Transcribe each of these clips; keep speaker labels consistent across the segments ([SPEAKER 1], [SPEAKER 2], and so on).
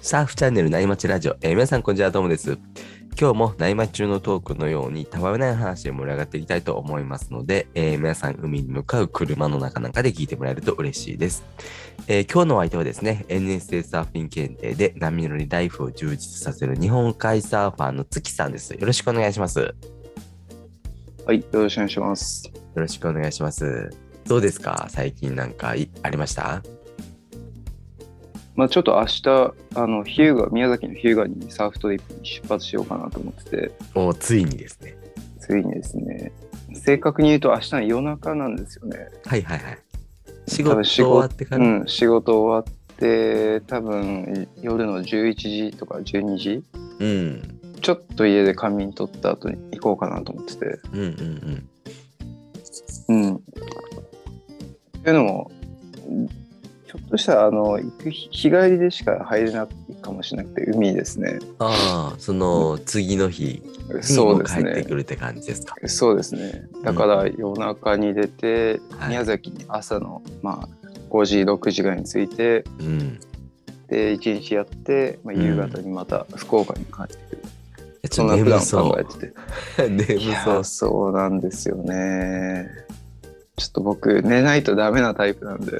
[SPEAKER 1] サーフチャンネル内町ラジオ、えー皆さんこんにちは、どうもです。今日も内町中のトークのようにたわめない話で盛り上がっていきたいと思いますので、えー皆さん海に向かう車の中なんかで聞いてもらえると嬉しいです。えー今日のお相手はですね、NSA サーフィン検定で波乗りライフを充実させる日本海サーファーの月さんです。よろしくお願いします。よ
[SPEAKER 2] はい、よろしくお願いします。
[SPEAKER 1] ろしくお願いします。どうですか最近なんかいありました
[SPEAKER 2] まあ、ちょっと明日、あの、日向、宮崎の日向にサーフトリップに出発しようかなと思ってて、
[SPEAKER 1] おーついにですね。
[SPEAKER 2] ついにですね、正確に言うと明日の夜中なんですよね。
[SPEAKER 1] はいはいはい。仕
[SPEAKER 2] 多
[SPEAKER 1] 事
[SPEAKER 2] 分仕
[SPEAKER 1] 終
[SPEAKER 2] 事
[SPEAKER 1] わってか
[SPEAKER 2] う
[SPEAKER 1] ら。
[SPEAKER 2] ん、仕事終わって、多分夜の11時とか12時、
[SPEAKER 1] うん
[SPEAKER 2] ちょっと家で仮眠取った後に行こうかなと思ってて、
[SPEAKER 1] うんうんうん。
[SPEAKER 2] うん。というのも、ちょっとしたら、あの、行く日日帰りでしか入れないかもしれなくて、海ですね。
[SPEAKER 1] ああ、その次の日に
[SPEAKER 2] そ
[SPEAKER 1] も
[SPEAKER 2] う
[SPEAKER 1] う
[SPEAKER 2] です
[SPEAKER 1] 帰
[SPEAKER 2] ね
[SPEAKER 1] っ。てくるって感じですか。
[SPEAKER 2] そうですね。だから夜中に出て、
[SPEAKER 1] はい
[SPEAKER 2] 宮崎に朝の、まあ、5時6時ぐらいに着いて
[SPEAKER 1] うん。
[SPEAKER 2] で1日やって、まあ、
[SPEAKER 1] うん
[SPEAKER 2] 夕方にまた福岡に帰ってくる、
[SPEAKER 1] えち
[SPEAKER 2] そ
[SPEAKER 1] ょ
[SPEAKER 2] ん
[SPEAKER 1] っ
[SPEAKER 2] な
[SPEAKER 1] と
[SPEAKER 2] プラ
[SPEAKER 1] 眠
[SPEAKER 2] ンを考
[SPEAKER 1] そ
[SPEAKER 2] えてて
[SPEAKER 1] う。 眠
[SPEAKER 2] いや
[SPEAKER 1] そ
[SPEAKER 2] ー
[SPEAKER 1] う。
[SPEAKER 2] そうなんですよねちょっと僕寝ないとダメなタイプな んで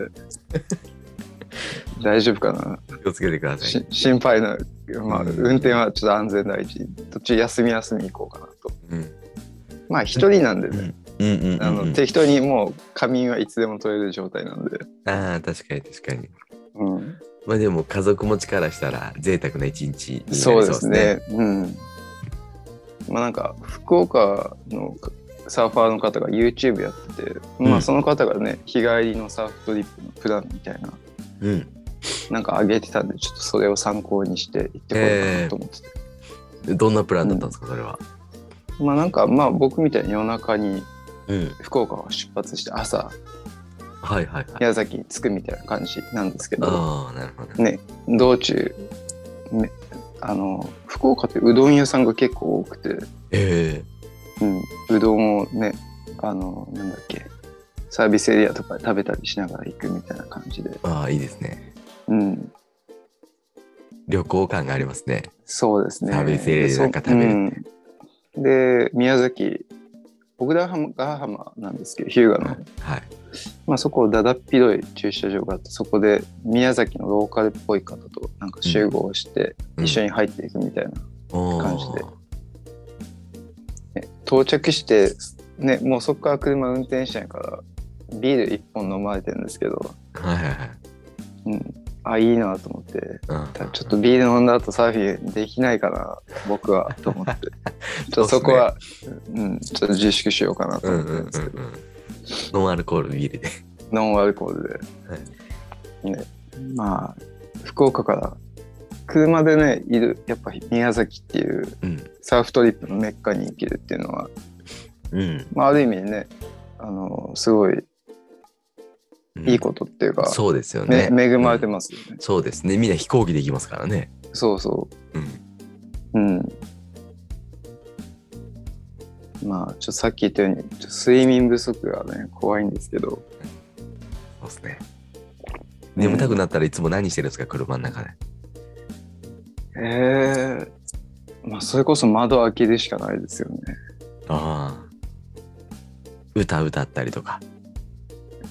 [SPEAKER 2] 大丈夫かな
[SPEAKER 1] 気をつけてください。
[SPEAKER 2] し心配な、まあ、
[SPEAKER 1] うん
[SPEAKER 2] 運転はちょっと安全第一途中休み休み行こうかなと
[SPEAKER 1] うん。
[SPEAKER 2] まあ一人なんでね、
[SPEAKER 1] うんうんうん、
[SPEAKER 2] あ
[SPEAKER 1] う
[SPEAKER 2] の
[SPEAKER 1] ん。
[SPEAKER 2] 適当にもう仮眠はいつでも取れる状態なんで、
[SPEAKER 1] ああ、確かに確かに。
[SPEAKER 2] うん、
[SPEAKER 1] まあでも家族持ちからしたら贅沢な一日になり
[SPEAKER 2] そうです。ねうんまあなんか福岡のサーファーの方が YouTube やってて、
[SPEAKER 1] う
[SPEAKER 2] ま
[SPEAKER 1] ん
[SPEAKER 2] あその方がね日帰りのサーフトリップのプランみたいな
[SPEAKER 1] うん。
[SPEAKER 2] なんか上げてたんでちょっとそれを参考にして行ってこようかなと思ってて、
[SPEAKER 1] どんなプランだったんですか、それは。
[SPEAKER 2] まあなんかまあ僕みたいに夜中に
[SPEAKER 1] うん。
[SPEAKER 2] 福岡を出発して
[SPEAKER 1] は
[SPEAKER 2] 朝
[SPEAKER 1] いはいはい。
[SPEAKER 2] 宮崎に着くみたいな感じなんですけど、
[SPEAKER 1] ああ、なるほど。
[SPEAKER 2] ね道中、ね、あの福岡ってうどん屋さんが結構多くて、
[SPEAKER 1] え
[SPEAKER 2] うん、うどんをねあのなんだっけサービスエリアとかで食べたりしながら行くみたいな感じで、
[SPEAKER 1] えああ、いいですね。
[SPEAKER 2] うん、
[SPEAKER 1] 旅行感がありますね。
[SPEAKER 2] そうですね
[SPEAKER 1] サービスエリアでなんか食べる
[SPEAKER 2] で,そ、うんで宮崎僕ヶ浜ヶ浜なんですけど日向の、
[SPEAKER 1] はい。
[SPEAKER 2] まあ、そこだだっ広い駐車場があってそこで宮崎のローカルっぽい方となんか集合して
[SPEAKER 1] うん
[SPEAKER 2] 一緒に入っていくみたいな、
[SPEAKER 1] おー
[SPEAKER 2] 感じでね到着して、ね、もうそこから車運転しないからビール1本飲まれてるんですけど、
[SPEAKER 1] はいはいはい。
[SPEAKER 2] うん、あいいなと思って
[SPEAKER 1] うん
[SPEAKER 2] ただちょっとビール飲んだ後サーフィンできないかな僕はと 思ってちょっとそこはうん、ちょっと自粛しようかなと
[SPEAKER 1] うん
[SPEAKER 2] 思っ
[SPEAKER 1] う
[SPEAKER 2] て
[SPEAKER 1] んうん
[SPEAKER 2] るんですけ
[SPEAKER 1] う
[SPEAKER 2] ど、
[SPEAKER 1] ん。ノンアルコールビールで。
[SPEAKER 2] ノンアルコールで、ね、まあ福岡から車でねいるやっぱ宮崎っていう
[SPEAKER 1] うん。
[SPEAKER 2] サーフトリップのメッカに行けるっていうのは、
[SPEAKER 1] うん。
[SPEAKER 2] まあ、ある意味ねあのすごいいいことっていうか、
[SPEAKER 1] そうですよね
[SPEAKER 2] め。恵まれてますよね、
[SPEAKER 1] そうですね。みんな飛行機で行きますからね。
[SPEAKER 2] そうそ
[SPEAKER 1] うん。
[SPEAKER 2] ううんまあちょっとさっき言ったようにちょっと睡眠不足がね怖いんですけど
[SPEAKER 1] そうですね。眠たく
[SPEAKER 2] な
[SPEAKER 1] なったらいつも何してるんですか、車の中で。
[SPEAKER 2] えーまあそれこそ窓開けるしかないですよね
[SPEAKER 1] ああ。歌歌ったりとか、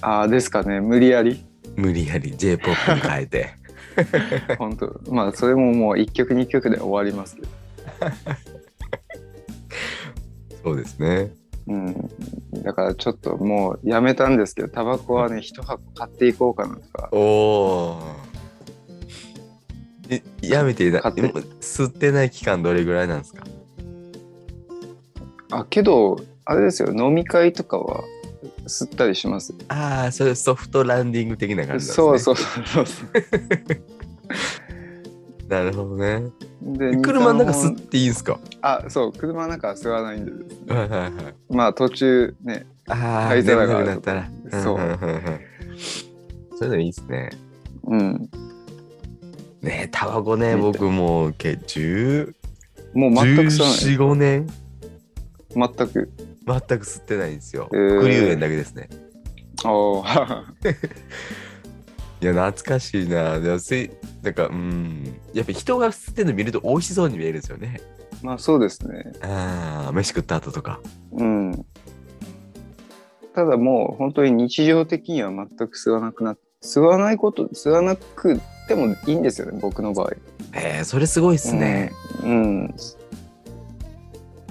[SPEAKER 2] ああですかね無理や り
[SPEAKER 1] 無理やり J-POP に変え て。
[SPEAKER 2] 本当まあそれももう1曲2曲で終わりますけど
[SPEAKER 1] そうですね。
[SPEAKER 2] うんだからちょっともうやめたんですけどタバコはね一箱買っていこうかなとか
[SPEAKER 1] おお。えやめてな、
[SPEAKER 2] 買って
[SPEAKER 1] 今吸ってない期間どれぐらいなんですか
[SPEAKER 2] あけどあれですよ飲み会とかは吸ったりします
[SPEAKER 1] ああ、そういうソフトランディング的な感じなんですね。。
[SPEAKER 2] そうそうそうそう
[SPEAKER 1] なるほどね。
[SPEAKER 2] で
[SPEAKER 1] 車の中
[SPEAKER 2] 23
[SPEAKER 1] 吸
[SPEAKER 2] 本
[SPEAKER 1] っていいんですか
[SPEAKER 2] あそう車の中は吸わないんでですね
[SPEAKER 1] はいはいはい。
[SPEAKER 2] まあ途中ね
[SPEAKER 1] ああ、
[SPEAKER 2] 灰
[SPEAKER 1] 眠
[SPEAKER 2] 皿が
[SPEAKER 1] く
[SPEAKER 2] ある
[SPEAKER 1] なったら。
[SPEAKER 2] そうん
[SPEAKER 1] んんんそういうのいいですね。
[SPEAKER 2] うん
[SPEAKER 1] ねえ、タバコね、
[SPEAKER 2] うん
[SPEAKER 1] 僕もう、け、十、
[SPEAKER 2] もう全く吸わない
[SPEAKER 1] 四五年。
[SPEAKER 2] 全
[SPEAKER 1] 全
[SPEAKER 2] く
[SPEAKER 1] く吸ってないんですよ。
[SPEAKER 2] へえ
[SPEAKER 1] クリュウエンだけですね。
[SPEAKER 2] ああ
[SPEAKER 1] いや、懐かしいな。でもすいなんか、うん。やっぱ人が吸ってんの見ると美味しそうに見えるんですよね。
[SPEAKER 2] まあそうですね。
[SPEAKER 1] ああ、飯食った後とか。
[SPEAKER 2] うん。ただもう本当に日常的には全く吸わなくなっ吸わないこと、吸わなくてもいいんですよね、僕の場合。
[SPEAKER 1] えー、それすごいっすね。
[SPEAKER 2] うん。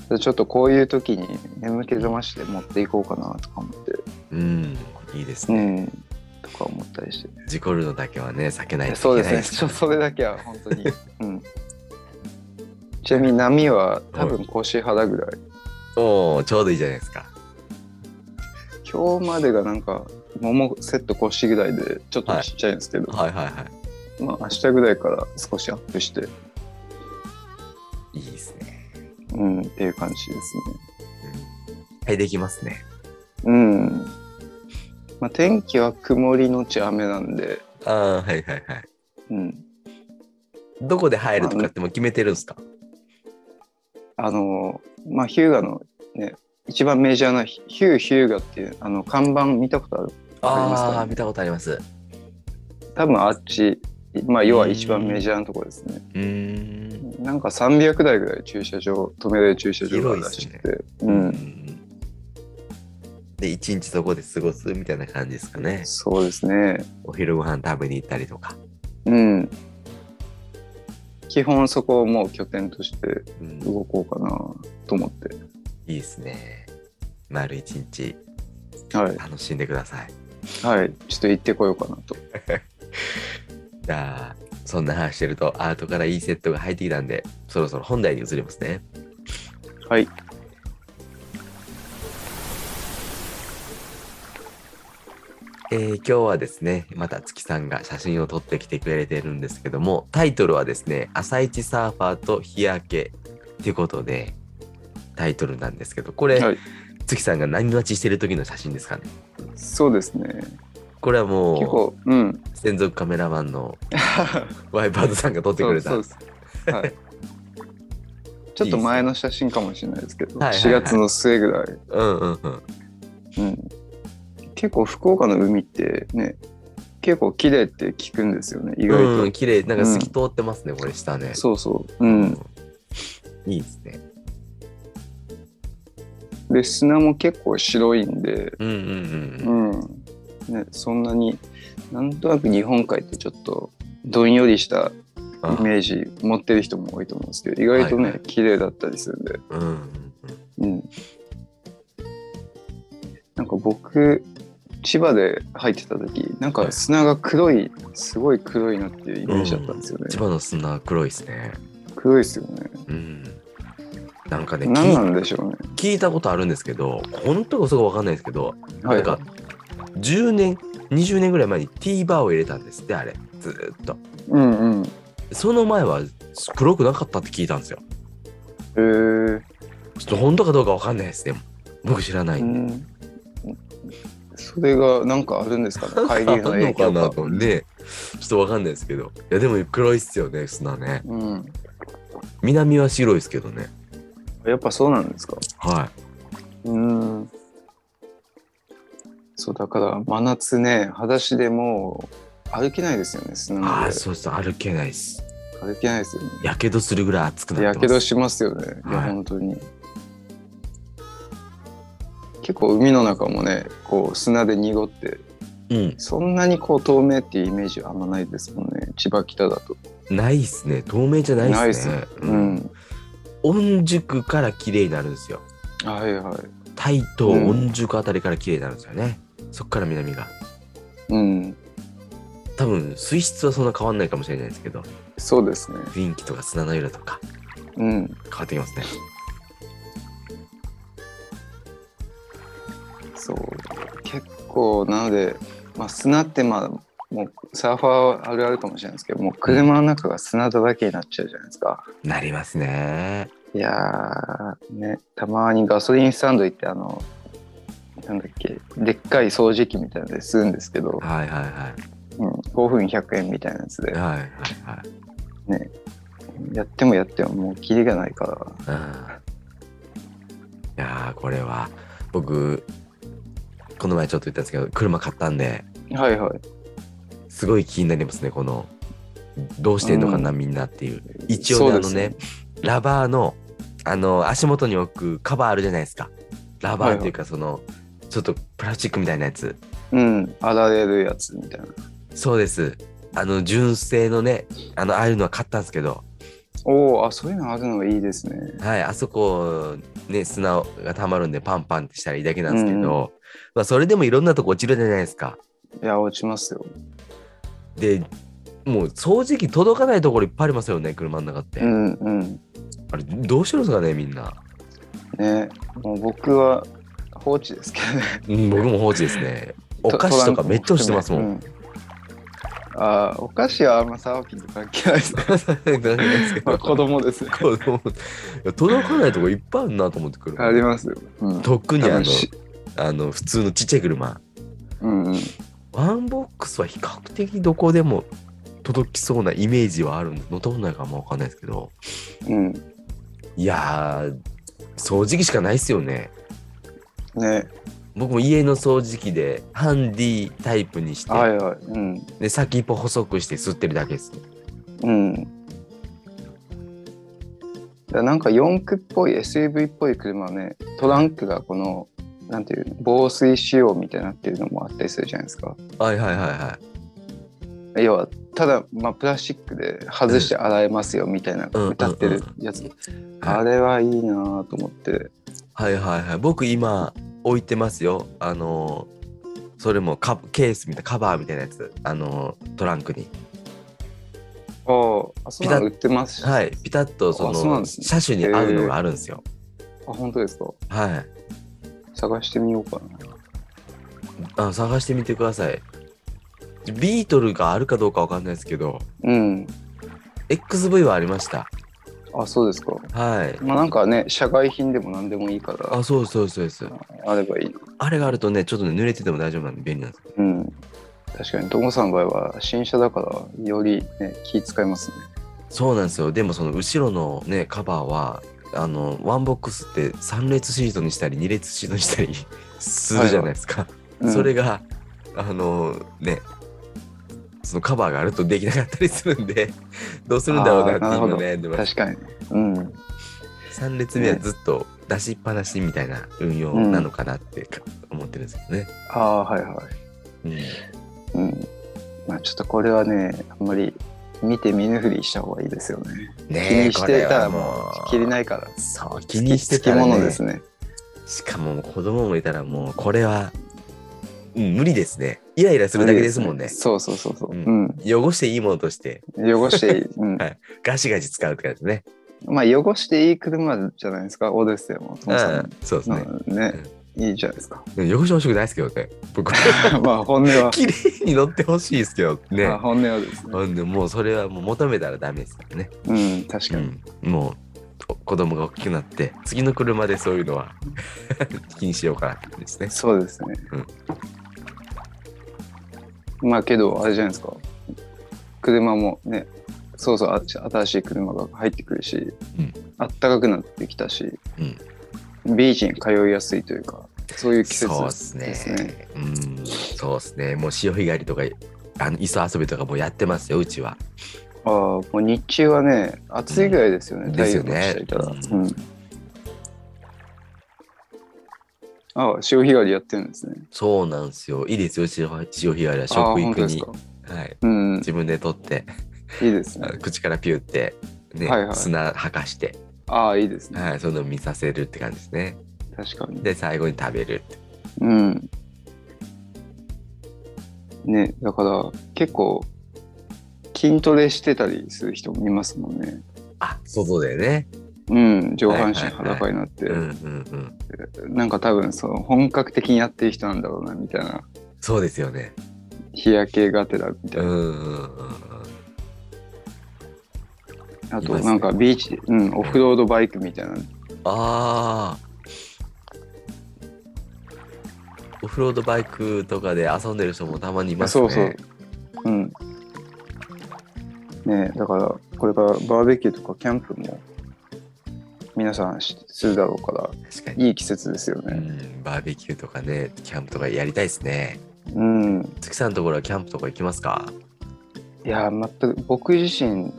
[SPEAKER 2] でちょっとこういう時に眠気覚まして持っていこうかなとか思って、
[SPEAKER 1] うん、いいです
[SPEAKER 2] う
[SPEAKER 1] ね。
[SPEAKER 2] ん、とか思ったりして。
[SPEAKER 1] 事故るのだけはね、避けないとい
[SPEAKER 2] そう
[SPEAKER 1] けな
[SPEAKER 2] です
[SPEAKER 1] い
[SPEAKER 2] ね。
[SPEAKER 1] です
[SPEAKER 2] ちょそれだけは本当に。うん。ちなみに波は多分腰肌ぐらい。
[SPEAKER 1] おお、ちょうどいいじゃないですか。
[SPEAKER 2] 今日までがなんか桃セット腰ぐらいでちょっとちっちゃいんですけど、
[SPEAKER 1] はいはいは
[SPEAKER 2] まあ明日ぐらいから少しアップして、
[SPEAKER 1] い。いいですね。
[SPEAKER 2] うん、っていう感じですね。
[SPEAKER 1] はい、できますね。
[SPEAKER 2] うん。まあ天気は曇りのち雨なんで、
[SPEAKER 1] ああ、はいはいはい。
[SPEAKER 2] うん。
[SPEAKER 1] どこで入るとかってもう決めてるんですか
[SPEAKER 2] あのまあヒューガのね一番メジャーなヒヒューヒューガっていうあの看板見たことあるわかりますかね
[SPEAKER 1] ー見たことあります。
[SPEAKER 2] 多分あっちまあ要は一番メジャーなところですね
[SPEAKER 1] うーん。
[SPEAKER 2] なんか300台ぐらい駐車場止めれる駐車場があるらしくて、うん
[SPEAKER 1] で、一日そこで過ごすみたいな感じですかね。
[SPEAKER 2] そうですね
[SPEAKER 1] お昼ご飯食べに行ったりとか。
[SPEAKER 2] うん基本そこをもう拠点として
[SPEAKER 1] うん
[SPEAKER 2] 動こうかなと思って
[SPEAKER 1] いいですね。丸一日
[SPEAKER 2] はい
[SPEAKER 1] 楽しんでください。
[SPEAKER 2] はいちょっと行ってこようかなと
[SPEAKER 1] じゃあ、そんな話してるとアートからいいセットが入ってきたんで、そろそろ本題に移りますね。
[SPEAKER 2] はい
[SPEAKER 1] えー今日はですね、また月さんが写真を撮ってきてくれてるんですけども、タイトルはですね、朝一サーファーと日焼けっていうことで、タイトルなんですけど、これ、
[SPEAKER 2] はい
[SPEAKER 1] 月さんが何待ちしてる時の写真ですかね。
[SPEAKER 2] そうですね
[SPEAKER 1] これは
[SPEAKER 2] 結
[SPEAKER 1] も
[SPEAKER 2] 構うん
[SPEAKER 1] う、専属カメラマンのワイパーズさんが撮ってくれた。
[SPEAKER 2] そうそうですはい ちょっと前の写真かもしれないですけど、
[SPEAKER 1] はいはいはい
[SPEAKER 2] 4月の末ぐらい、
[SPEAKER 1] うんうんうん。
[SPEAKER 2] うん、結構福岡の海ってね結構綺麗って聞くんですよね意外と、
[SPEAKER 1] うん、綺麗なんか透き通ってますね、これ下ね。
[SPEAKER 2] そうそううん
[SPEAKER 1] いいですね。
[SPEAKER 2] で砂も結構白いんで
[SPEAKER 1] うんうんうん。
[SPEAKER 2] うんねそんなになんとなく日本海ってちょっとどんよりしたイメージ持ってる人も多いと思うんですけど意外と
[SPEAKER 1] は
[SPEAKER 2] ね、
[SPEAKER 1] いはい
[SPEAKER 2] 綺麗だったりするんで
[SPEAKER 1] うんうん
[SPEAKER 2] うん。なんか僕、千葉で入ってた時、なんか砂が黒い、すごい黒いなっていうイメージだったんですよね
[SPEAKER 1] うん。千葉の砂黒いですね。
[SPEAKER 2] 黒いですよね。
[SPEAKER 1] うん。なんかね、
[SPEAKER 2] 何な
[SPEAKER 1] 聞い
[SPEAKER 2] んでしょうね。
[SPEAKER 1] 聞いたことあるんですけど、本当かそこわかんないですけど、
[SPEAKER 2] は
[SPEAKER 1] ないん。か10年、20年ぐらい前に T バーを入れたんですって、あれ、ずーっと。
[SPEAKER 2] うんうん。
[SPEAKER 1] その前は黒くなかったって聞いたんですよ。
[SPEAKER 2] えー
[SPEAKER 1] ちょっと本当かどうかわかんないですね。僕知らないうね。
[SPEAKER 2] ん。それがなんかあるんですか ね。海流の
[SPEAKER 1] あんの
[SPEAKER 2] 影
[SPEAKER 1] か
[SPEAKER 2] 響
[SPEAKER 1] な
[SPEAKER 2] か。
[SPEAKER 1] とねちょっとわかんないですけどいやでも黒いっすよね砂ね
[SPEAKER 2] うん。
[SPEAKER 1] 南は白いですけどね
[SPEAKER 2] やっぱそうなんですか。
[SPEAKER 1] は
[SPEAKER 2] うん。そうだから真夏ね、裸足でもう歩けないですよね。
[SPEAKER 1] い
[SPEAKER 2] 砂
[SPEAKER 1] あ
[SPEAKER 2] の
[SPEAKER 1] あ
[SPEAKER 2] 上
[SPEAKER 1] そうそう歩けないっす
[SPEAKER 2] 歩けないですよね。
[SPEAKER 1] やけどするぐらい熱くなっ
[SPEAKER 2] や
[SPEAKER 1] て
[SPEAKER 2] け
[SPEAKER 1] ます
[SPEAKER 2] どしますよね、いや
[SPEAKER 1] はい
[SPEAKER 2] 本当に結構海の中もねこう砂で濁って
[SPEAKER 1] うん
[SPEAKER 2] そんなにこう透明っていうイメージはあんまないですもんね千葉北だと
[SPEAKER 1] ないっすね透明じゃないっすね
[SPEAKER 2] ない
[SPEAKER 1] うん
[SPEAKER 2] うん、
[SPEAKER 1] 温宿から綺麗になるんですよ
[SPEAKER 2] はいはい
[SPEAKER 1] 太東温宿あたりから綺麗になるんですよね、そっから南が
[SPEAKER 2] うん
[SPEAKER 1] 多分水質はそんな変わんないかもしれないですけど
[SPEAKER 2] そうですね
[SPEAKER 1] 雰囲気とか砂の色とか
[SPEAKER 2] うん
[SPEAKER 1] 変わってきますね
[SPEAKER 2] そう結構なので、まあ、砂ってまあもうサーファーあるあるかもしれないですけどもう車の中が砂だらけになっちゃうじゃないですか
[SPEAKER 1] なりますね
[SPEAKER 2] いやーねたまにガソリンスタンド行ってあのなんだっけでっかい掃除機みたいなのでするんですけど、
[SPEAKER 1] はいはいは
[SPEAKER 2] うん、5分100円みたいなやつで
[SPEAKER 1] いはいはいはい
[SPEAKER 2] やってもやってももうキリがないから
[SPEAKER 1] うんいやーこれは僕この前ちょっと言ったんですけど車買ったんで
[SPEAKER 2] はいはい
[SPEAKER 1] すすごい気になりますね、この、どうしてんのかな、
[SPEAKER 2] うん
[SPEAKER 1] みんなっていう。一応ね、
[SPEAKER 2] そ
[SPEAKER 1] あ
[SPEAKER 2] うで
[SPEAKER 1] の
[SPEAKER 2] す
[SPEAKER 1] ね、ラバーの、あの、足元に置くカバーあるじゃないですか。ラバーっていうか、その、ちょっとプラスチックみたいなやつ。
[SPEAKER 2] うん、あられるやつみたいな。
[SPEAKER 1] そうです。あの、純正のね、あの、ああいうのは買ったんですけど、
[SPEAKER 2] おお、あ、そういうのあるのがいいですね。
[SPEAKER 1] はい、あそこ、ね、砂が溜まるんでパンパンってしたらいいだけなんですけど、
[SPEAKER 2] うん
[SPEAKER 1] まあ、それでもいろんなとこ落ちるじゃないですか。
[SPEAKER 2] いや、落ちますよ。
[SPEAKER 1] で、もう掃除機届かないところいっぱいありますよね、車の中って。
[SPEAKER 2] うん、うん。
[SPEAKER 1] あれ、どうしてるんですかね、みんな。
[SPEAKER 2] ね、もう僕は放置ですけどね。
[SPEAKER 1] うん、僕も放置です ね。 お菓子とかめっちゃ落ちてますもん。
[SPEAKER 2] ん。あーお菓子はあんまサーフィンと関係な いですね。 まあ子供ですね。
[SPEAKER 1] 子供いや届かないとこいっぱいあるなと思ってくる。
[SPEAKER 2] ありますよ。うん。
[SPEAKER 1] 特に
[SPEAKER 2] 多
[SPEAKER 1] あの
[SPEAKER 2] 分し
[SPEAKER 1] あの普通のちっちゃい車。
[SPEAKER 2] うんうん。
[SPEAKER 1] ワンボックスは比較的どこでも届きそうなイメージはあるんで、乗ったことないからあんまわかんないですけど。
[SPEAKER 2] うん。
[SPEAKER 1] いやー、掃除機しかないっすよね。
[SPEAKER 2] ね、
[SPEAKER 1] 僕も家の掃除機でハンディタイプにして、
[SPEAKER 2] はいはい。うん。
[SPEAKER 1] で先っぽ細くして吸ってるだけです。
[SPEAKER 2] うん。だからなんか四駆っぽい SUV っぽい車はね、トランクがこの、なんていうの、防水仕様みたいになってるのもあったりするじゃないですか。
[SPEAKER 1] はいはいはいはい。
[SPEAKER 2] 要はただ、まあ、プラスチックで外して洗えますよみたいな、
[SPEAKER 1] うん
[SPEAKER 2] 歌ってるやつ、
[SPEAKER 1] はい
[SPEAKER 2] あれはいいなぁと思って
[SPEAKER 1] はいはいはい僕今置いてますよあのーそれもカケースみたいなカバーみたいなやつあのートランクに
[SPEAKER 2] ああそんな
[SPEAKER 1] ピ
[SPEAKER 2] の売ってますし、
[SPEAKER 1] はいピタッとそ
[SPEAKER 2] あそうな
[SPEAKER 1] の
[SPEAKER 2] んですね
[SPEAKER 1] 車種に合うのがあるんですよ、
[SPEAKER 2] あ本当ですか
[SPEAKER 1] はい
[SPEAKER 2] 探してみようかな
[SPEAKER 1] あの探してみてくださいビートルがあるかどうかわかんないですけど
[SPEAKER 2] うん
[SPEAKER 1] XV はありました
[SPEAKER 2] あそうですか
[SPEAKER 1] はい
[SPEAKER 2] まあなんかね社外品でも何でもいいから
[SPEAKER 1] あそうそうそうです
[SPEAKER 2] あればいいな
[SPEAKER 1] あれがあるとねちょっとね濡れてても大丈夫なんで便利なんです
[SPEAKER 2] うん確かにトモさんの場合は新車だからより、ね、気使いますね
[SPEAKER 1] そうなんですよでもその後ろのねカバーはあのワンボックスって3列シートにしたり2列シートにしたり するじゃないですか、
[SPEAKER 2] うん
[SPEAKER 1] それがあのねそのカバーがあるとできなかったりするんでどうするんだろうなって
[SPEAKER 2] あーなる
[SPEAKER 1] 今
[SPEAKER 2] ほど
[SPEAKER 1] 悩んでます
[SPEAKER 2] 確かにうん
[SPEAKER 1] 3列目はずっと出しっぱなしみたいな運用なのかなってか思ってるんですけどね、
[SPEAKER 2] ああはいはい
[SPEAKER 1] うん
[SPEAKER 2] うん。まあちょっとこれはね、あんまり見て見ぬふりした方がいいですよね。気
[SPEAKER 1] ねえ
[SPEAKER 2] にしてたら
[SPEAKER 1] これ
[SPEAKER 2] も
[SPEAKER 1] は
[SPEAKER 2] う切れないから。
[SPEAKER 1] そう気にしてた
[SPEAKER 2] つき
[SPEAKER 1] ら、
[SPEAKER 2] もの
[SPEAKER 1] ね
[SPEAKER 2] で、すね。
[SPEAKER 1] しかも子供もいたらもうこれは、うん、無理ですねイライラするだけですもんね
[SPEAKER 2] そうそうそうそう。
[SPEAKER 1] う
[SPEAKER 2] うん。
[SPEAKER 1] 汚していいものとして
[SPEAKER 2] 汚していい。うん
[SPEAKER 1] は。いガシガシ使うって感じね
[SPEAKER 2] まあ汚していい車じゃないですか。オデッセイも。ト
[SPEAKER 1] う
[SPEAKER 2] モさんも
[SPEAKER 1] んそうですね、
[SPEAKER 2] うんね。いいじゃないですか。
[SPEAKER 1] でも汚してほしくないですけどね僕は
[SPEAKER 2] まあ本音は。
[SPEAKER 1] 綺麗に乗ってほしいですけどね
[SPEAKER 2] まあ本音はですね。
[SPEAKER 1] うんでもうそれはもう求めたらダメですからね、
[SPEAKER 2] うん、確かに。
[SPEAKER 1] うん、もうお子供が大きくなって次の車でそういうのは 気にしようかなって感じですね
[SPEAKER 2] そうですね。まあけど、あれじゃないですか。車もね、そうそう、あ新しい車が入ってくるし、
[SPEAKER 1] うん
[SPEAKER 2] あったかくなってきたし、ビーチに通いやすいというか、そういう季節
[SPEAKER 1] そう
[SPEAKER 2] で
[SPEAKER 1] ですす
[SPEAKER 2] ね。
[SPEAKER 1] ねうんそうですねもう潮干狩りとかあの磯遊びとかもうやってますようちは
[SPEAKER 2] ああ、もう日中はね、暑いぐらいですよね、
[SPEAKER 1] うん
[SPEAKER 2] 太陽
[SPEAKER 1] で
[SPEAKER 2] の
[SPEAKER 1] すよね
[SPEAKER 2] 下いたら。
[SPEAKER 1] う
[SPEAKER 2] うんああ、潮干狩りやってるんですね。
[SPEAKER 1] そうなんですよいいですよ潮潮干狩りは
[SPEAKER 2] ああ、
[SPEAKER 1] 食
[SPEAKER 2] 本当
[SPEAKER 1] 育
[SPEAKER 2] です
[SPEAKER 1] に
[SPEAKER 2] か。
[SPEAKER 1] はい
[SPEAKER 2] うん、い
[SPEAKER 1] 自分で取って
[SPEAKER 2] いですね
[SPEAKER 1] あ。の口からピューって、ね
[SPEAKER 2] はいはい
[SPEAKER 1] 砂はかして、
[SPEAKER 2] ああ、いいですね。
[SPEAKER 1] はい、そういうのを見させるって感じですね
[SPEAKER 2] 確かに。
[SPEAKER 1] で最後に食べるって
[SPEAKER 2] うん。ね、だから結構筋トレしてたりする人もいますもんね。
[SPEAKER 1] あ外でね
[SPEAKER 2] うん、上半身
[SPEAKER 1] はいはいはい
[SPEAKER 2] 裸になって、
[SPEAKER 1] うんうんうん
[SPEAKER 2] なんか多分その本格的にやってる人なんだろうなみたいな
[SPEAKER 1] そうですよね
[SPEAKER 2] 日焼けがてらみた
[SPEAKER 1] う
[SPEAKER 2] い
[SPEAKER 1] ん
[SPEAKER 2] な、
[SPEAKER 1] うんうん
[SPEAKER 2] あ
[SPEAKER 1] いま
[SPEAKER 2] と
[SPEAKER 1] すね
[SPEAKER 2] なんかビーチ、うん、オフロードバイクみたいな、
[SPEAKER 1] ああオフロードバイクとかで遊んでる人もたまにいますね
[SPEAKER 2] そうそう、うん、ねだからこれからバーベキューとかキャンプも皆さんしするだろうから
[SPEAKER 1] 確かに
[SPEAKER 2] いい季節ですよ
[SPEAKER 1] う
[SPEAKER 2] ね。
[SPEAKER 1] んバーベキューとかねキャンプとかやりたいですね
[SPEAKER 2] うん
[SPEAKER 1] 月さんのところはキャンプとか行きますか
[SPEAKER 2] いやー全く僕自身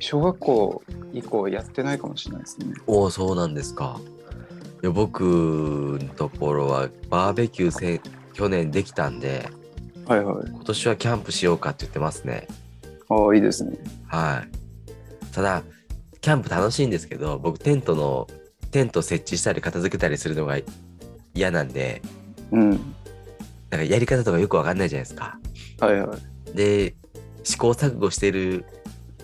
[SPEAKER 2] 小学校以降やってないかもしれないですね。
[SPEAKER 1] おおそうなんですかいや僕のところはバーベキューせ去年できたんで
[SPEAKER 2] はいはい。
[SPEAKER 1] 今年はキャンプしようかって言ってますね
[SPEAKER 2] ああいいですね。
[SPEAKER 1] はいただキャンプ楽しいんですけど僕テントのテント設置したり片付けたりするのが嫌なんで
[SPEAKER 2] うん。
[SPEAKER 1] なんかやり方とかよくわかんないじゃないですか
[SPEAKER 2] はいはい。
[SPEAKER 1] で試行錯誤してる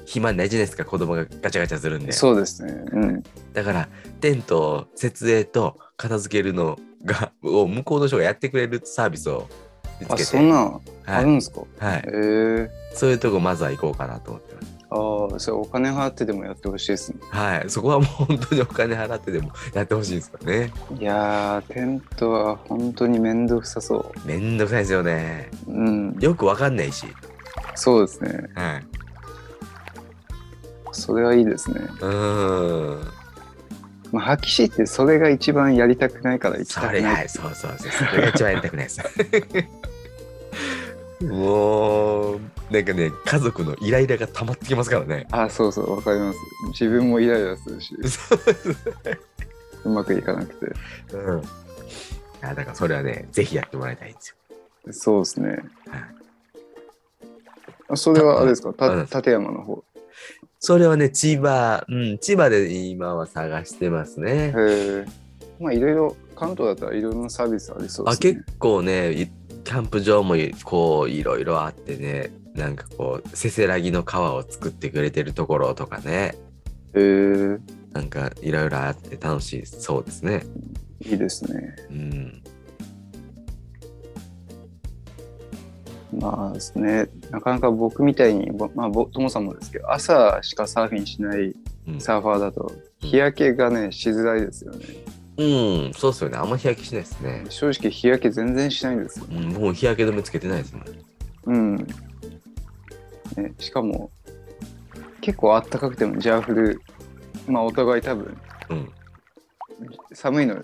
[SPEAKER 1] 暇ないじゃないですか子供がガチャガチャするんで
[SPEAKER 2] そうですね。うん。
[SPEAKER 1] だからテント設営と片付けるのがを向こうの人がやってくれるサービスを見つけ
[SPEAKER 2] あ
[SPEAKER 1] て
[SPEAKER 2] そんなんあ
[SPEAKER 1] は
[SPEAKER 2] る
[SPEAKER 1] い
[SPEAKER 2] んですか、
[SPEAKER 1] はい、
[SPEAKER 2] ええ
[SPEAKER 1] そういうとこまずは行こうかなと思ってます
[SPEAKER 2] ああそれお金払ってでもやってほしいですね。
[SPEAKER 1] はいそこはもう本当にお金払ってでもやってほしいんですからね
[SPEAKER 2] いやーテントは本当に面倒くさそ
[SPEAKER 1] めんどくさいですよね
[SPEAKER 2] う。うん。
[SPEAKER 1] よくわかんないし、
[SPEAKER 2] そうですね。
[SPEAKER 1] はい、
[SPEAKER 2] それはいいですね。
[SPEAKER 1] うーん
[SPEAKER 2] まあ、はっきり言ってそれが一番やりたくないから行き
[SPEAKER 1] そ
[SPEAKER 2] たく
[SPEAKER 1] れ
[SPEAKER 2] ない。
[SPEAKER 1] はいそうそうそうそれが一番やりたくないです もうなんかね家族のイライラが溜まってきますからね
[SPEAKER 2] あそうそうわかります。自分もイライラす るしうまくいかなく
[SPEAKER 1] うん。あだからそれはね、ぜひやってもらいたいんですよ。
[SPEAKER 2] て。そうですね。
[SPEAKER 1] はい、
[SPEAKER 2] あそれはあれですか
[SPEAKER 1] あれ
[SPEAKER 2] た
[SPEAKER 1] です
[SPEAKER 2] 立山の方。
[SPEAKER 1] それはね、千葉、うん、千葉で今は探してますね。
[SPEAKER 2] へえ。まあいろいろ関東だったらいろんなサービスありそうで
[SPEAKER 1] あ
[SPEAKER 2] すね
[SPEAKER 1] 結。構ね、いキャンプ場もいこういろいろあってね、なんかこう、せせらぎの川を作ってくれてるところとかね、
[SPEAKER 2] へえ。
[SPEAKER 1] なんかいろいろあって楽しそうですね。
[SPEAKER 2] いいですね。
[SPEAKER 1] うん。
[SPEAKER 2] まあですね。なかなか僕みたいに、ぼまあぼともさんもですけど、朝しかサーフィンしない
[SPEAKER 1] うん、
[SPEAKER 2] サーファーだと日焼けがねしづらいですよね。
[SPEAKER 1] うん、そうっすよね。あんま日焼けしないですね。
[SPEAKER 2] 正直日焼け全然しないんですよ。
[SPEAKER 1] うん、もう日焼け止めつけてないですもん。
[SPEAKER 2] うん。ね、しかも、結構あったかくてもジャーフル、まあお互い多分、
[SPEAKER 1] うん。
[SPEAKER 2] 寒いのね、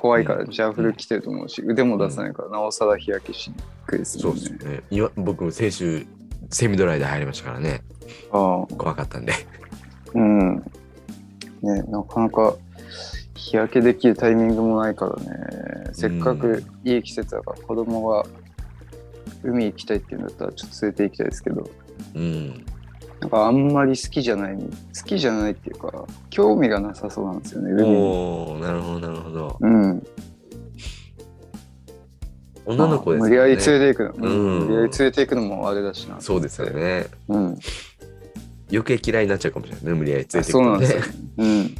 [SPEAKER 2] 怖いから
[SPEAKER 1] うん
[SPEAKER 2] ジャーフル着てると思うし、腕も出さないから、なおさら日焼けしにくいです
[SPEAKER 1] そ
[SPEAKER 2] よ
[SPEAKER 1] うっ
[SPEAKER 2] ね。
[SPEAKER 1] すよね。今僕、先週、セミドライで入りましたからね。
[SPEAKER 2] ああ、
[SPEAKER 1] 怖かったんで。
[SPEAKER 2] うん。ね、なかなか日焼けできるタイミングもないからね、せっかくいい季節だから子供が海行きたいって言うんだったらちょっと連れて行きたいですけど、
[SPEAKER 1] うん。
[SPEAKER 2] なんかあんまり好きじゃない、好きじゃないっていうか、興味がなさそうなんですよね、海に。
[SPEAKER 1] おお、なるほど、なるほど。
[SPEAKER 2] うん。
[SPEAKER 1] 女の子です
[SPEAKER 2] ま
[SPEAKER 1] よ
[SPEAKER 2] あ無
[SPEAKER 1] ね。
[SPEAKER 2] 理やり連れて行くの、
[SPEAKER 1] うん
[SPEAKER 2] 無理やり連れて行くのもあれだしな。
[SPEAKER 1] そうですよ。ね。
[SPEAKER 2] うん。
[SPEAKER 1] 余計嫌いになっちゃうかもしれないね。無理やり連れて
[SPEAKER 2] そうなんですよ
[SPEAKER 1] よ。。
[SPEAKER 2] うん。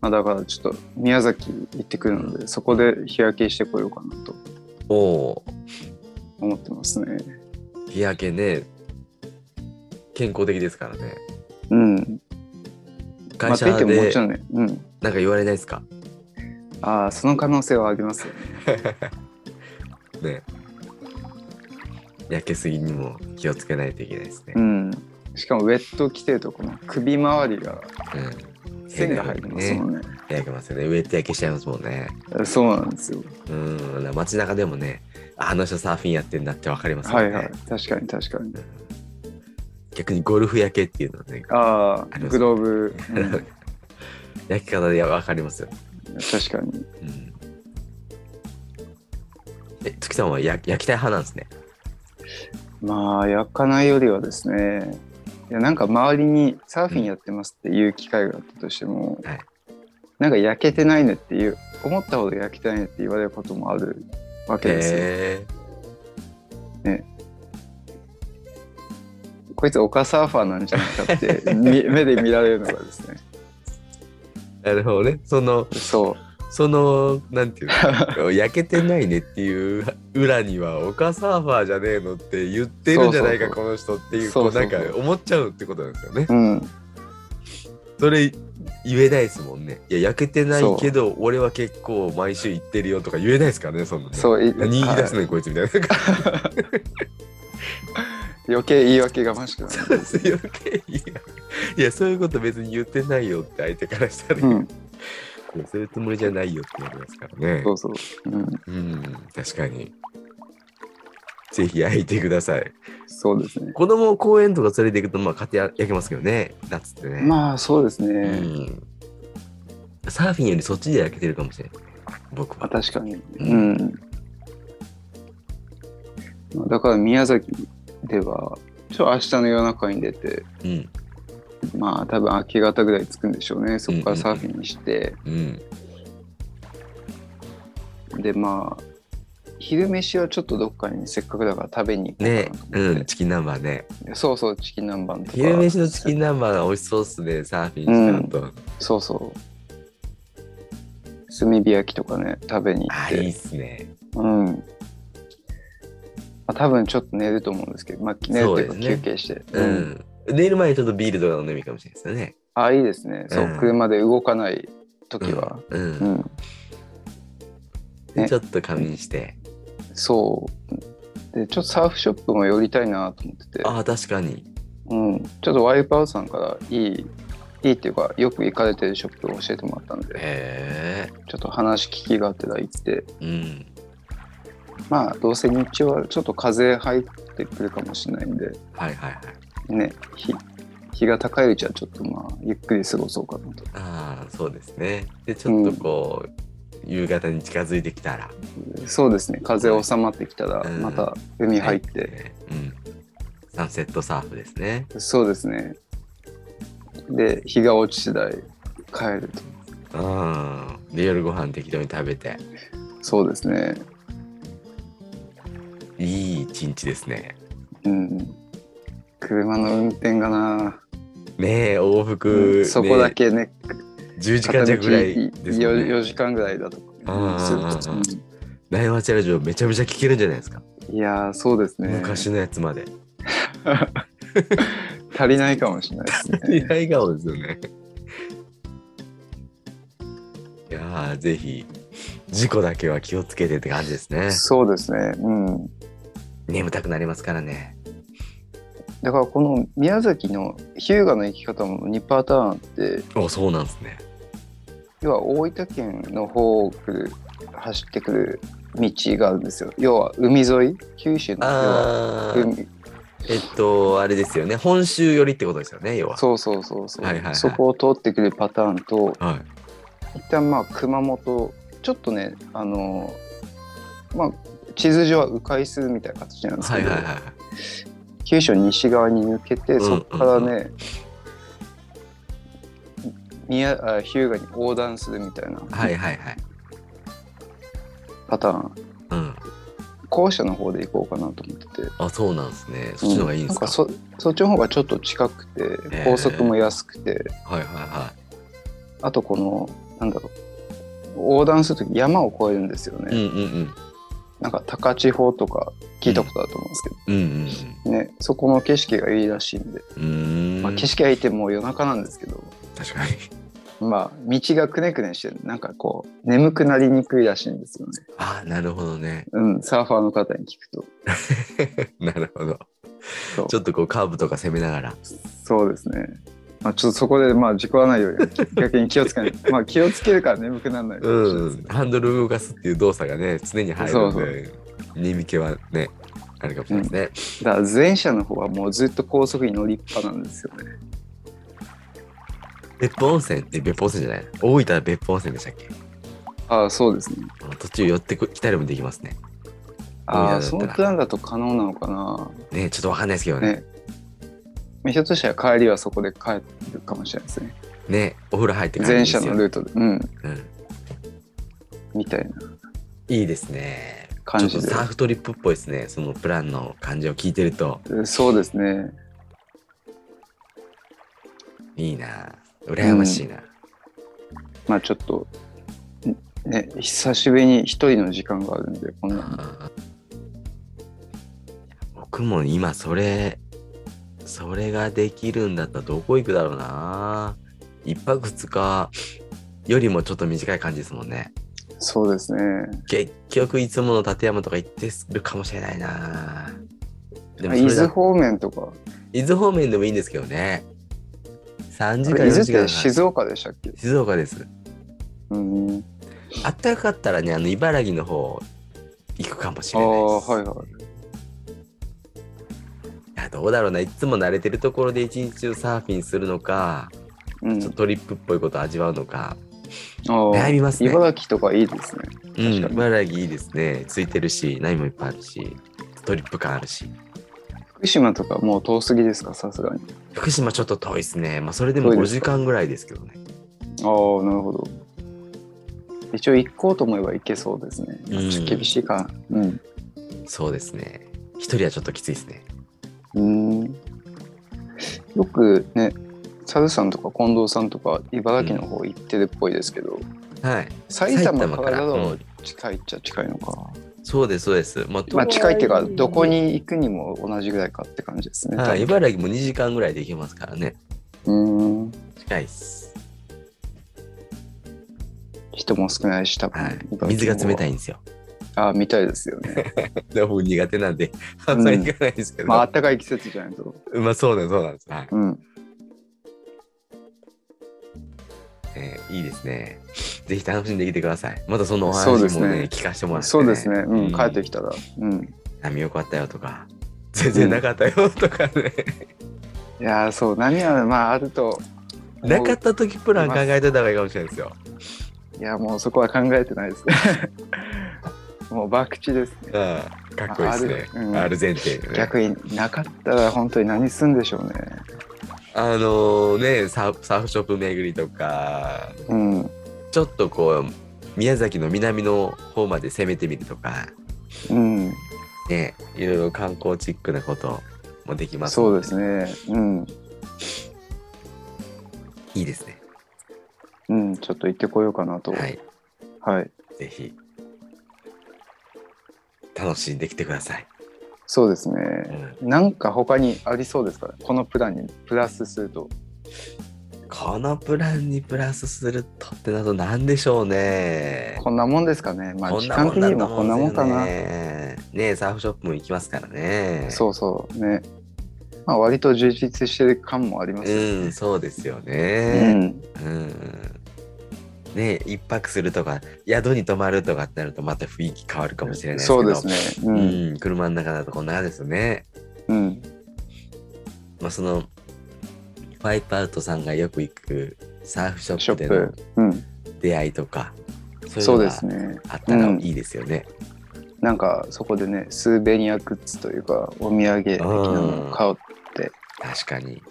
[SPEAKER 2] まあ、だからちょっと宮崎行ってくるので、そこで日焼けしてこようかなと
[SPEAKER 1] おお
[SPEAKER 2] 思ってますね。
[SPEAKER 1] ー、日焼けね。健康的ですからね。
[SPEAKER 2] うん。
[SPEAKER 1] 会社
[SPEAKER 2] まあ、といってもも
[SPEAKER 1] で
[SPEAKER 2] ちろんね、うん。
[SPEAKER 1] なんか言われないですか。
[SPEAKER 2] ああ、その可能性はありますよね。
[SPEAKER 1] ね。焼けすぎにも気をつけないといけないですね
[SPEAKER 2] う。ん。しかもウェット着てるとこの首周りが
[SPEAKER 1] うん。
[SPEAKER 2] 線が入りますもんね。
[SPEAKER 1] 焼けますよね。ウエット焼けしちゃいますもんね。
[SPEAKER 2] そうなんですよ。
[SPEAKER 1] うん。街中でもね、あの人サーフィンやってんだってわかりますよ
[SPEAKER 2] は
[SPEAKER 1] ね。
[SPEAKER 2] いはい。確かに確かに。
[SPEAKER 1] 逆にゴルフ焼けっていうのはね、
[SPEAKER 2] あ
[SPEAKER 1] あ
[SPEAKER 2] あ、
[SPEAKER 1] ります
[SPEAKER 2] グローブ、うん
[SPEAKER 1] 焼き方で分かりますよ。
[SPEAKER 2] 確かに。
[SPEAKER 1] うん、え、月さんは焼焼きたい派なんですね。
[SPEAKER 2] まあ焼かないよりはですねいやなんか周りにサーフィンやってますっていう機会があったとしても、
[SPEAKER 1] はい
[SPEAKER 2] なんか焼けてないねっていう思ったほど焼けてないねって言われることもあるわけですよ、
[SPEAKER 1] へ
[SPEAKER 2] こいつ丘サーファーなんじゃないかってみ 目で見られるのがですね
[SPEAKER 1] えなるほどね。その、
[SPEAKER 2] そ
[SPEAKER 1] その、なんてい うの、焼けてないねっていう裏には、おかサーファーじゃねえのって言ってるんじゃないか、
[SPEAKER 2] そう
[SPEAKER 1] この人っていう、
[SPEAKER 2] そうそうそう
[SPEAKER 1] こうなんか思っちゃうってことなんですよね
[SPEAKER 2] う。うん
[SPEAKER 1] それ言えないですもんね。いや、焼けてないけど、俺は結構毎週行ってるよとか言えないですからね、そんなね。
[SPEAKER 2] そうい
[SPEAKER 1] 何言い出す
[SPEAKER 2] は
[SPEAKER 1] ねん、こいつみたいな。
[SPEAKER 2] い余計言い訳がましくなる、
[SPEAKER 1] 余計いやいやそういうこと別に言ってないよって相手からしたら、
[SPEAKER 2] うん、
[SPEAKER 1] そういうつもりじゃないよってなりますからね
[SPEAKER 2] そうそう、うん、
[SPEAKER 1] うん確かにぜひ焼いてください。
[SPEAKER 2] そうですね。
[SPEAKER 1] 子供を公園とか連れて行くと、まあ、買って焼けますけどね、夏ってね。
[SPEAKER 2] まあそうです
[SPEAKER 1] う
[SPEAKER 2] ね。
[SPEAKER 1] ん、サーフィンよりそっちで焼けてるかもしれない。僕
[SPEAKER 2] ま
[SPEAKER 1] は。
[SPEAKER 2] あ確かに。
[SPEAKER 1] う
[SPEAKER 2] うん。まあだから宮崎では、ちょ明日の夜中に出て、
[SPEAKER 1] うん。
[SPEAKER 2] まあ多分明け方ぐらい着くんでしょうね。そこか
[SPEAKER 1] うんうんうん
[SPEAKER 2] らサーフィンして、
[SPEAKER 1] うん。
[SPEAKER 2] でまあ、昼飯はちょっとどっかにせっかくだから食べに行こう
[SPEAKER 1] ね
[SPEAKER 2] かなと
[SPEAKER 1] う
[SPEAKER 2] 思
[SPEAKER 1] ん、
[SPEAKER 2] って
[SPEAKER 1] チキン南蛮ね。
[SPEAKER 2] そうそう、チキン南蛮とか。
[SPEAKER 1] 昼飯のチキン南蛮は美味しそうっすね、サーフィンした後。
[SPEAKER 2] そうそう。炭火焼きとかね、食べに行っ
[SPEAKER 1] あ、
[SPEAKER 2] て。
[SPEAKER 1] いいっすね。
[SPEAKER 2] うん。まあ、多分ちょっと寝ると思うんですけど、まあ、寝るっていう
[SPEAKER 1] そ
[SPEAKER 2] か
[SPEAKER 1] うですね
[SPEAKER 2] 休憩して。
[SPEAKER 1] うん。寝る前にちょっとビールとか飲んでもいいかもしれないですよね。
[SPEAKER 2] ああ、いいですね。そう、
[SPEAKER 1] うん
[SPEAKER 2] 車で動かない時
[SPEAKER 1] うん
[SPEAKER 2] は。
[SPEAKER 1] うん
[SPEAKER 2] うん。
[SPEAKER 1] で
[SPEAKER 2] ね
[SPEAKER 1] ちょっと仮眠して。
[SPEAKER 2] そう。で、ちょっとサーフショップも寄りたいなと思ってて、
[SPEAKER 1] ああ、確かに。
[SPEAKER 2] うん。ちょっとワイパーさんからいい、いいっていうか、よく行かれてるショップを教えてもらったんで、
[SPEAKER 1] へえ。
[SPEAKER 2] ちょっと話聞きがてら行って、
[SPEAKER 1] うん。
[SPEAKER 2] まあ、どうせ日中はちょっと風入ってくるかもしれないんで、
[SPEAKER 1] はいはいはい。
[SPEAKER 2] ね、日日が高いうちはちょっとまあゆっくり過ごそうかなと。
[SPEAKER 1] ああ、そうですね。で、ちょっとこう、夕方に近づいてきたら。
[SPEAKER 2] そうですね、風収まってきたら
[SPEAKER 1] うん
[SPEAKER 2] また海入って、
[SPEAKER 1] うん。サンセットサーフですね。
[SPEAKER 2] そうですね。で、日が落ち次第帰ると。
[SPEAKER 1] うん。で、夜ご飯適当に食べて。
[SPEAKER 2] そうですね。
[SPEAKER 1] いい一日ですね。
[SPEAKER 2] うん。車の運転がな、
[SPEAKER 1] ねえ、往復、
[SPEAKER 2] うんそこだ
[SPEAKER 1] ね
[SPEAKER 2] けね、
[SPEAKER 1] 10時間弱ぐらいですもんね。
[SPEAKER 2] 4, 時間ぐらいだと
[SPEAKER 1] うんうんうんうん
[SPEAKER 2] するとうん
[SPEAKER 1] ナイマチラジオめちゃめちゃ聞けるんじゃないですか。
[SPEAKER 2] いやー、そうですね。
[SPEAKER 1] 昔のやつまで。
[SPEAKER 2] 足りないかもしれないです ね。
[SPEAKER 1] 笑顔ですよね。いやー、ぜひ、事故だけは気をつけてって感じですね。
[SPEAKER 2] そうですね。うん。
[SPEAKER 1] 眠たくなりますからね。
[SPEAKER 2] だからこの宮崎の日向の生き方も2パターンあって
[SPEAKER 1] あ、そうなんですね。
[SPEAKER 2] 要は大分県の方を来る走ってくる道があるんですよ要は海沿い九州の要は
[SPEAKER 1] あー、
[SPEAKER 2] 海
[SPEAKER 1] えっと、あれですよね。本州寄りってことですよね、要は。
[SPEAKER 2] そうそうそうそう、
[SPEAKER 1] はいはいはい
[SPEAKER 2] そこを通ってくるパターンと
[SPEAKER 1] はい。
[SPEAKER 2] 一旦まあ熊本ちょっとねあのまあ地図上は迂回するみたいな形なんです
[SPEAKER 1] は
[SPEAKER 2] け
[SPEAKER 1] い
[SPEAKER 2] ど、
[SPEAKER 1] はいはい。
[SPEAKER 2] 九州の西側に抜けて
[SPEAKER 1] うんうんう
[SPEAKER 2] そ
[SPEAKER 1] ん
[SPEAKER 2] こからね、宮あ日向に横断するみたいな
[SPEAKER 1] はいはいはい。
[SPEAKER 2] パターン、
[SPEAKER 1] うん。
[SPEAKER 2] 校舎の方で行こうかなと思ってて
[SPEAKER 1] あ、そうなんですね。そっちの方がいいんですか。
[SPEAKER 2] うんなんかそそっちの方がちょっと近くて
[SPEAKER 1] え
[SPEAKER 2] 高速も安くて、
[SPEAKER 1] はいはいは
[SPEAKER 2] あとこのなんだろう横断する時山を越えるんですよ
[SPEAKER 1] い。う
[SPEAKER 2] ね、
[SPEAKER 1] んうんうん。
[SPEAKER 2] なんか高千穂とか聞いたことあると思うんですけど、
[SPEAKER 1] うん
[SPEAKER 2] ねそこの景色がいいらしいんで、
[SPEAKER 1] うんうん。うーん。
[SPEAKER 2] まあ、景色がいいってもう夜中なんですけど
[SPEAKER 1] 確かに。
[SPEAKER 2] まあ道がくねくねしてなんかこう眠くなりにくいらしいんですよね
[SPEAKER 1] あ、なるほどね。
[SPEAKER 2] うんサーファーの方に聞くと
[SPEAKER 1] なるほど
[SPEAKER 2] そう。
[SPEAKER 1] ちょっとこうカーブとか攻めながら。
[SPEAKER 2] そうですねまあ、ちょっとそこでまあ事故らないように逆に気をつけないまあ気をつけるから眠くならないかもしれないですね
[SPEAKER 1] うん。ハンドル動かすっていう動作がね、常に入るので、耳毛はね、あるかもしれないですね。
[SPEAKER 2] だから前者の方はもうずっと高速に乗りっぱなんですよね。
[SPEAKER 1] 別府温泉って別府温泉じゃない大分は別府温泉でしたっけ
[SPEAKER 2] ああ、そうですね。
[SPEAKER 1] あの途中寄ってこ来たりもできますね。大分だったら
[SPEAKER 2] ああ、そのプランだと可能なのかな。
[SPEAKER 1] ねちょっとわかんないですけどね。
[SPEAKER 2] ね。ひょっとしたら帰りはそこで帰るかもしれないですね。
[SPEAKER 1] ねお風呂入ってから
[SPEAKER 2] 前者の
[SPEAKER 1] ル
[SPEAKER 2] ルートで、うん、
[SPEAKER 1] うん。
[SPEAKER 2] みたいない
[SPEAKER 1] いですね。ちょ
[SPEAKER 2] 感
[SPEAKER 1] っと
[SPEAKER 2] じ
[SPEAKER 1] サーフトリップっぽいですね。そのプランの感じを聞いてると、
[SPEAKER 2] で。そうですね。
[SPEAKER 1] いいな羨ましいな。
[SPEAKER 2] まあちょっと、んね、久しぶりに一人の時間があるんで、こんな。
[SPEAKER 1] あー僕も今それそれができるんだったらどこ行くだろうな一泊二日よりもちょっと短い感じですもんね
[SPEAKER 2] そうですね。
[SPEAKER 1] 結局いつもの立山とか行ってるかもしれないなでも
[SPEAKER 2] 伊
[SPEAKER 1] それだ
[SPEAKER 2] 豆方面とか、
[SPEAKER 1] 伊豆方面でもいいんですけどね3
[SPEAKER 2] あ
[SPEAKER 1] 時
[SPEAKER 2] れ
[SPEAKER 1] 間
[SPEAKER 2] 伊
[SPEAKER 1] 4
[SPEAKER 2] 豆っ
[SPEAKER 1] 時間静
[SPEAKER 2] て静岡でしたっけ
[SPEAKER 1] 静岡です
[SPEAKER 2] うん。
[SPEAKER 1] あったかかったらねあの茨城の方行くかもし
[SPEAKER 2] あ
[SPEAKER 1] れない
[SPEAKER 2] あ、
[SPEAKER 1] です
[SPEAKER 2] はいはい。
[SPEAKER 1] やどうだろうないつも慣れてるところで一日中サーフィンするのか、
[SPEAKER 2] うん
[SPEAKER 1] ちょっとトリップっぽいこと味わうのか、
[SPEAKER 2] あー
[SPEAKER 1] 悩みますね
[SPEAKER 2] 茨城とかいいですね。
[SPEAKER 1] う
[SPEAKER 2] に
[SPEAKER 1] ん、茨城いいですねついてるし何もいっぱいあるしトリップ感あるし
[SPEAKER 2] 福島とかもう遠すぎですか、さすがに。
[SPEAKER 1] 福島ちょっと遠いですね、まあ、それでも
[SPEAKER 2] 遠い
[SPEAKER 1] 5
[SPEAKER 2] です
[SPEAKER 1] 時
[SPEAKER 2] か
[SPEAKER 1] 間ぐらいですけどね
[SPEAKER 2] ああ、なるほど。一応行こうと思えば行けそうですね。
[SPEAKER 1] うん
[SPEAKER 2] ちょっと厳しいかな。うん。
[SPEAKER 1] そうですね一人はちょっときついですね
[SPEAKER 2] うんよくねサズさんとか近藤さんとか茨城の方行ってるっぽいですけど、
[SPEAKER 1] はい
[SPEAKER 2] 埼
[SPEAKER 1] 埼
[SPEAKER 2] 玉か
[SPEAKER 1] 玉から
[SPEAKER 2] らだ
[SPEAKER 1] う
[SPEAKER 2] と
[SPEAKER 1] ん
[SPEAKER 2] 近いっちゃ近いのか、
[SPEAKER 1] そうですそうです、まあ
[SPEAKER 2] まあ近いっていうかどこ
[SPEAKER 1] に
[SPEAKER 2] に行くにも同じぐらいかって感じですね、
[SPEAKER 1] はい、茨城も2時間ぐらいで行けますからね
[SPEAKER 2] うん
[SPEAKER 1] 近いっす、
[SPEAKER 2] 人も少ないし多分、
[SPEAKER 1] はい
[SPEAKER 2] 茨城の方、は
[SPEAKER 1] 水が冷たいんですよ
[SPEAKER 2] あみたい ですよ ね
[SPEAKER 1] でも苦手なんであんまり行かないですけど、
[SPEAKER 2] まあ
[SPEAKER 1] ま
[SPEAKER 2] あったかい季節じゃないと
[SPEAKER 1] あ、そうなんですそうなんです、はい
[SPEAKER 2] うん
[SPEAKER 1] えーいいですねぜひ楽しんできてくださいまたそのお話
[SPEAKER 2] そ
[SPEAKER 1] も
[SPEAKER 2] う
[SPEAKER 1] ね
[SPEAKER 2] ですね
[SPEAKER 1] 聞かせてもらって、
[SPEAKER 2] そうですね、うん帰って
[SPEAKER 1] き
[SPEAKER 2] きたらうん
[SPEAKER 1] 波よかったよとか全然なかったよとかね、
[SPEAKER 2] いやーそう波はまああると
[SPEAKER 1] なかった時プラン考えといた方がいいかもしれないですよ
[SPEAKER 2] いやもうそこは考えてないですね もう博打です
[SPEAKER 1] う
[SPEAKER 2] ね
[SPEAKER 1] んかっこいいですね
[SPEAKER 2] あるうん
[SPEAKER 1] ある前提でね
[SPEAKER 2] 逆になかったら本当に何すんでしょうね。
[SPEAKER 1] あのねサーフサーフショップ巡りとか
[SPEAKER 2] うん。
[SPEAKER 1] ちょっとこう宮崎の南の方まで攻めてみるとか
[SPEAKER 2] うん。
[SPEAKER 1] ねいろいろ観光チックなこともできます
[SPEAKER 2] そうです
[SPEAKER 1] ね
[SPEAKER 2] ね。うん。
[SPEAKER 1] いいですね
[SPEAKER 2] うん。ちょっと行ってこようかなと。
[SPEAKER 1] は
[SPEAKER 2] はい。
[SPEAKER 1] いぜひ楽しんできてください、
[SPEAKER 2] そうです
[SPEAKER 1] う
[SPEAKER 2] ね。
[SPEAKER 1] ん、
[SPEAKER 2] なんか他にありそうですから、このプランにプラスすると。
[SPEAKER 1] このプランにプラスするとってなど何でしょうね
[SPEAKER 2] こんなもんですかね。まあ、時間的
[SPEAKER 1] だ
[SPEAKER 2] に
[SPEAKER 1] と
[SPEAKER 2] もこんなもんかな。
[SPEAKER 1] ねねサーフショップも行きますからね
[SPEAKER 2] そうそう。ね。まあ、割と充実してる感もありますよ
[SPEAKER 1] うんそうですよ
[SPEAKER 2] う
[SPEAKER 1] ね
[SPEAKER 2] ん。
[SPEAKER 1] うん、ね一泊するとか宿に泊まるとかってなるとまた雰囲気変わるかもしれないですけ
[SPEAKER 2] そ
[SPEAKER 1] ど
[SPEAKER 2] うですね。う。
[SPEAKER 1] うんん、車の中だとこんな感じですよね。
[SPEAKER 2] うん。
[SPEAKER 1] まあ、そのワイプアウトさんがよく行くサーフショ
[SPEAKER 2] シ
[SPEAKER 1] ッ
[SPEAKER 2] ョ
[SPEAKER 1] プで
[SPEAKER 2] ッ
[SPEAKER 1] の
[SPEAKER 2] プ。うん。
[SPEAKER 1] 出会いとか、
[SPEAKER 2] そ
[SPEAKER 1] いうの
[SPEAKER 2] で
[SPEAKER 1] が
[SPEAKER 2] すね。
[SPEAKER 1] あったら
[SPEAKER 2] うん
[SPEAKER 1] いいですよね。
[SPEAKER 2] なんかそこでねスーベニアグッズというかお土産的なのを買う
[SPEAKER 1] 確かに。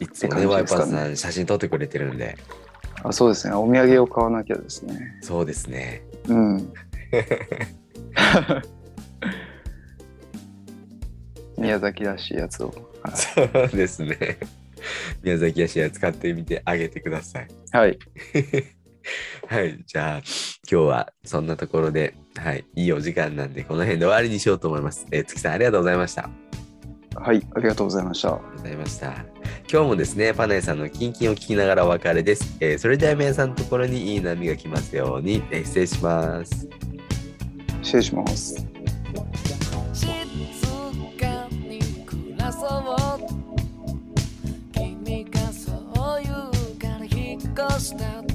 [SPEAKER 1] いつもね
[SPEAKER 2] って感じ
[SPEAKER 1] ワイ
[SPEAKER 2] で
[SPEAKER 1] プ
[SPEAKER 2] す
[SPEAKER 1] アウ
[SPEAKER 2] か
[SPEAKER 1] ト
[SPEAKER 2] ね
[SPEAKER 1] さん写真撮ってくれてるんで
[SPEAKER 2] あそうですねお土産を買わなきゃですね
[SPEAKER 1] そうです ね。
[SPEAKER 2] うん 宮崎らしいやつを
[SPEAKER 1] そうですね。宮崎やしや使ってみてあげてください。
[SPEAKER 2] はい
[SPEAKER 1] はい、じゃあ今日はそんなところで、はい、いいお時間なんでこの辺で終わりにしようと思います。えー月さんありがとうございました。
[SPEAKER 2] はいありがとうございました
[SPEAKER 1] ございました。今日もですね、パナエさんのキンキンを聞きながらお別れです。えーそれでは皆さんのところにいい波が来ますように、えー失礼します。
[SPEAKER 2] 失礼します
[SPEAKER 3] 静かに暮らそう君がそう言うから引っ越した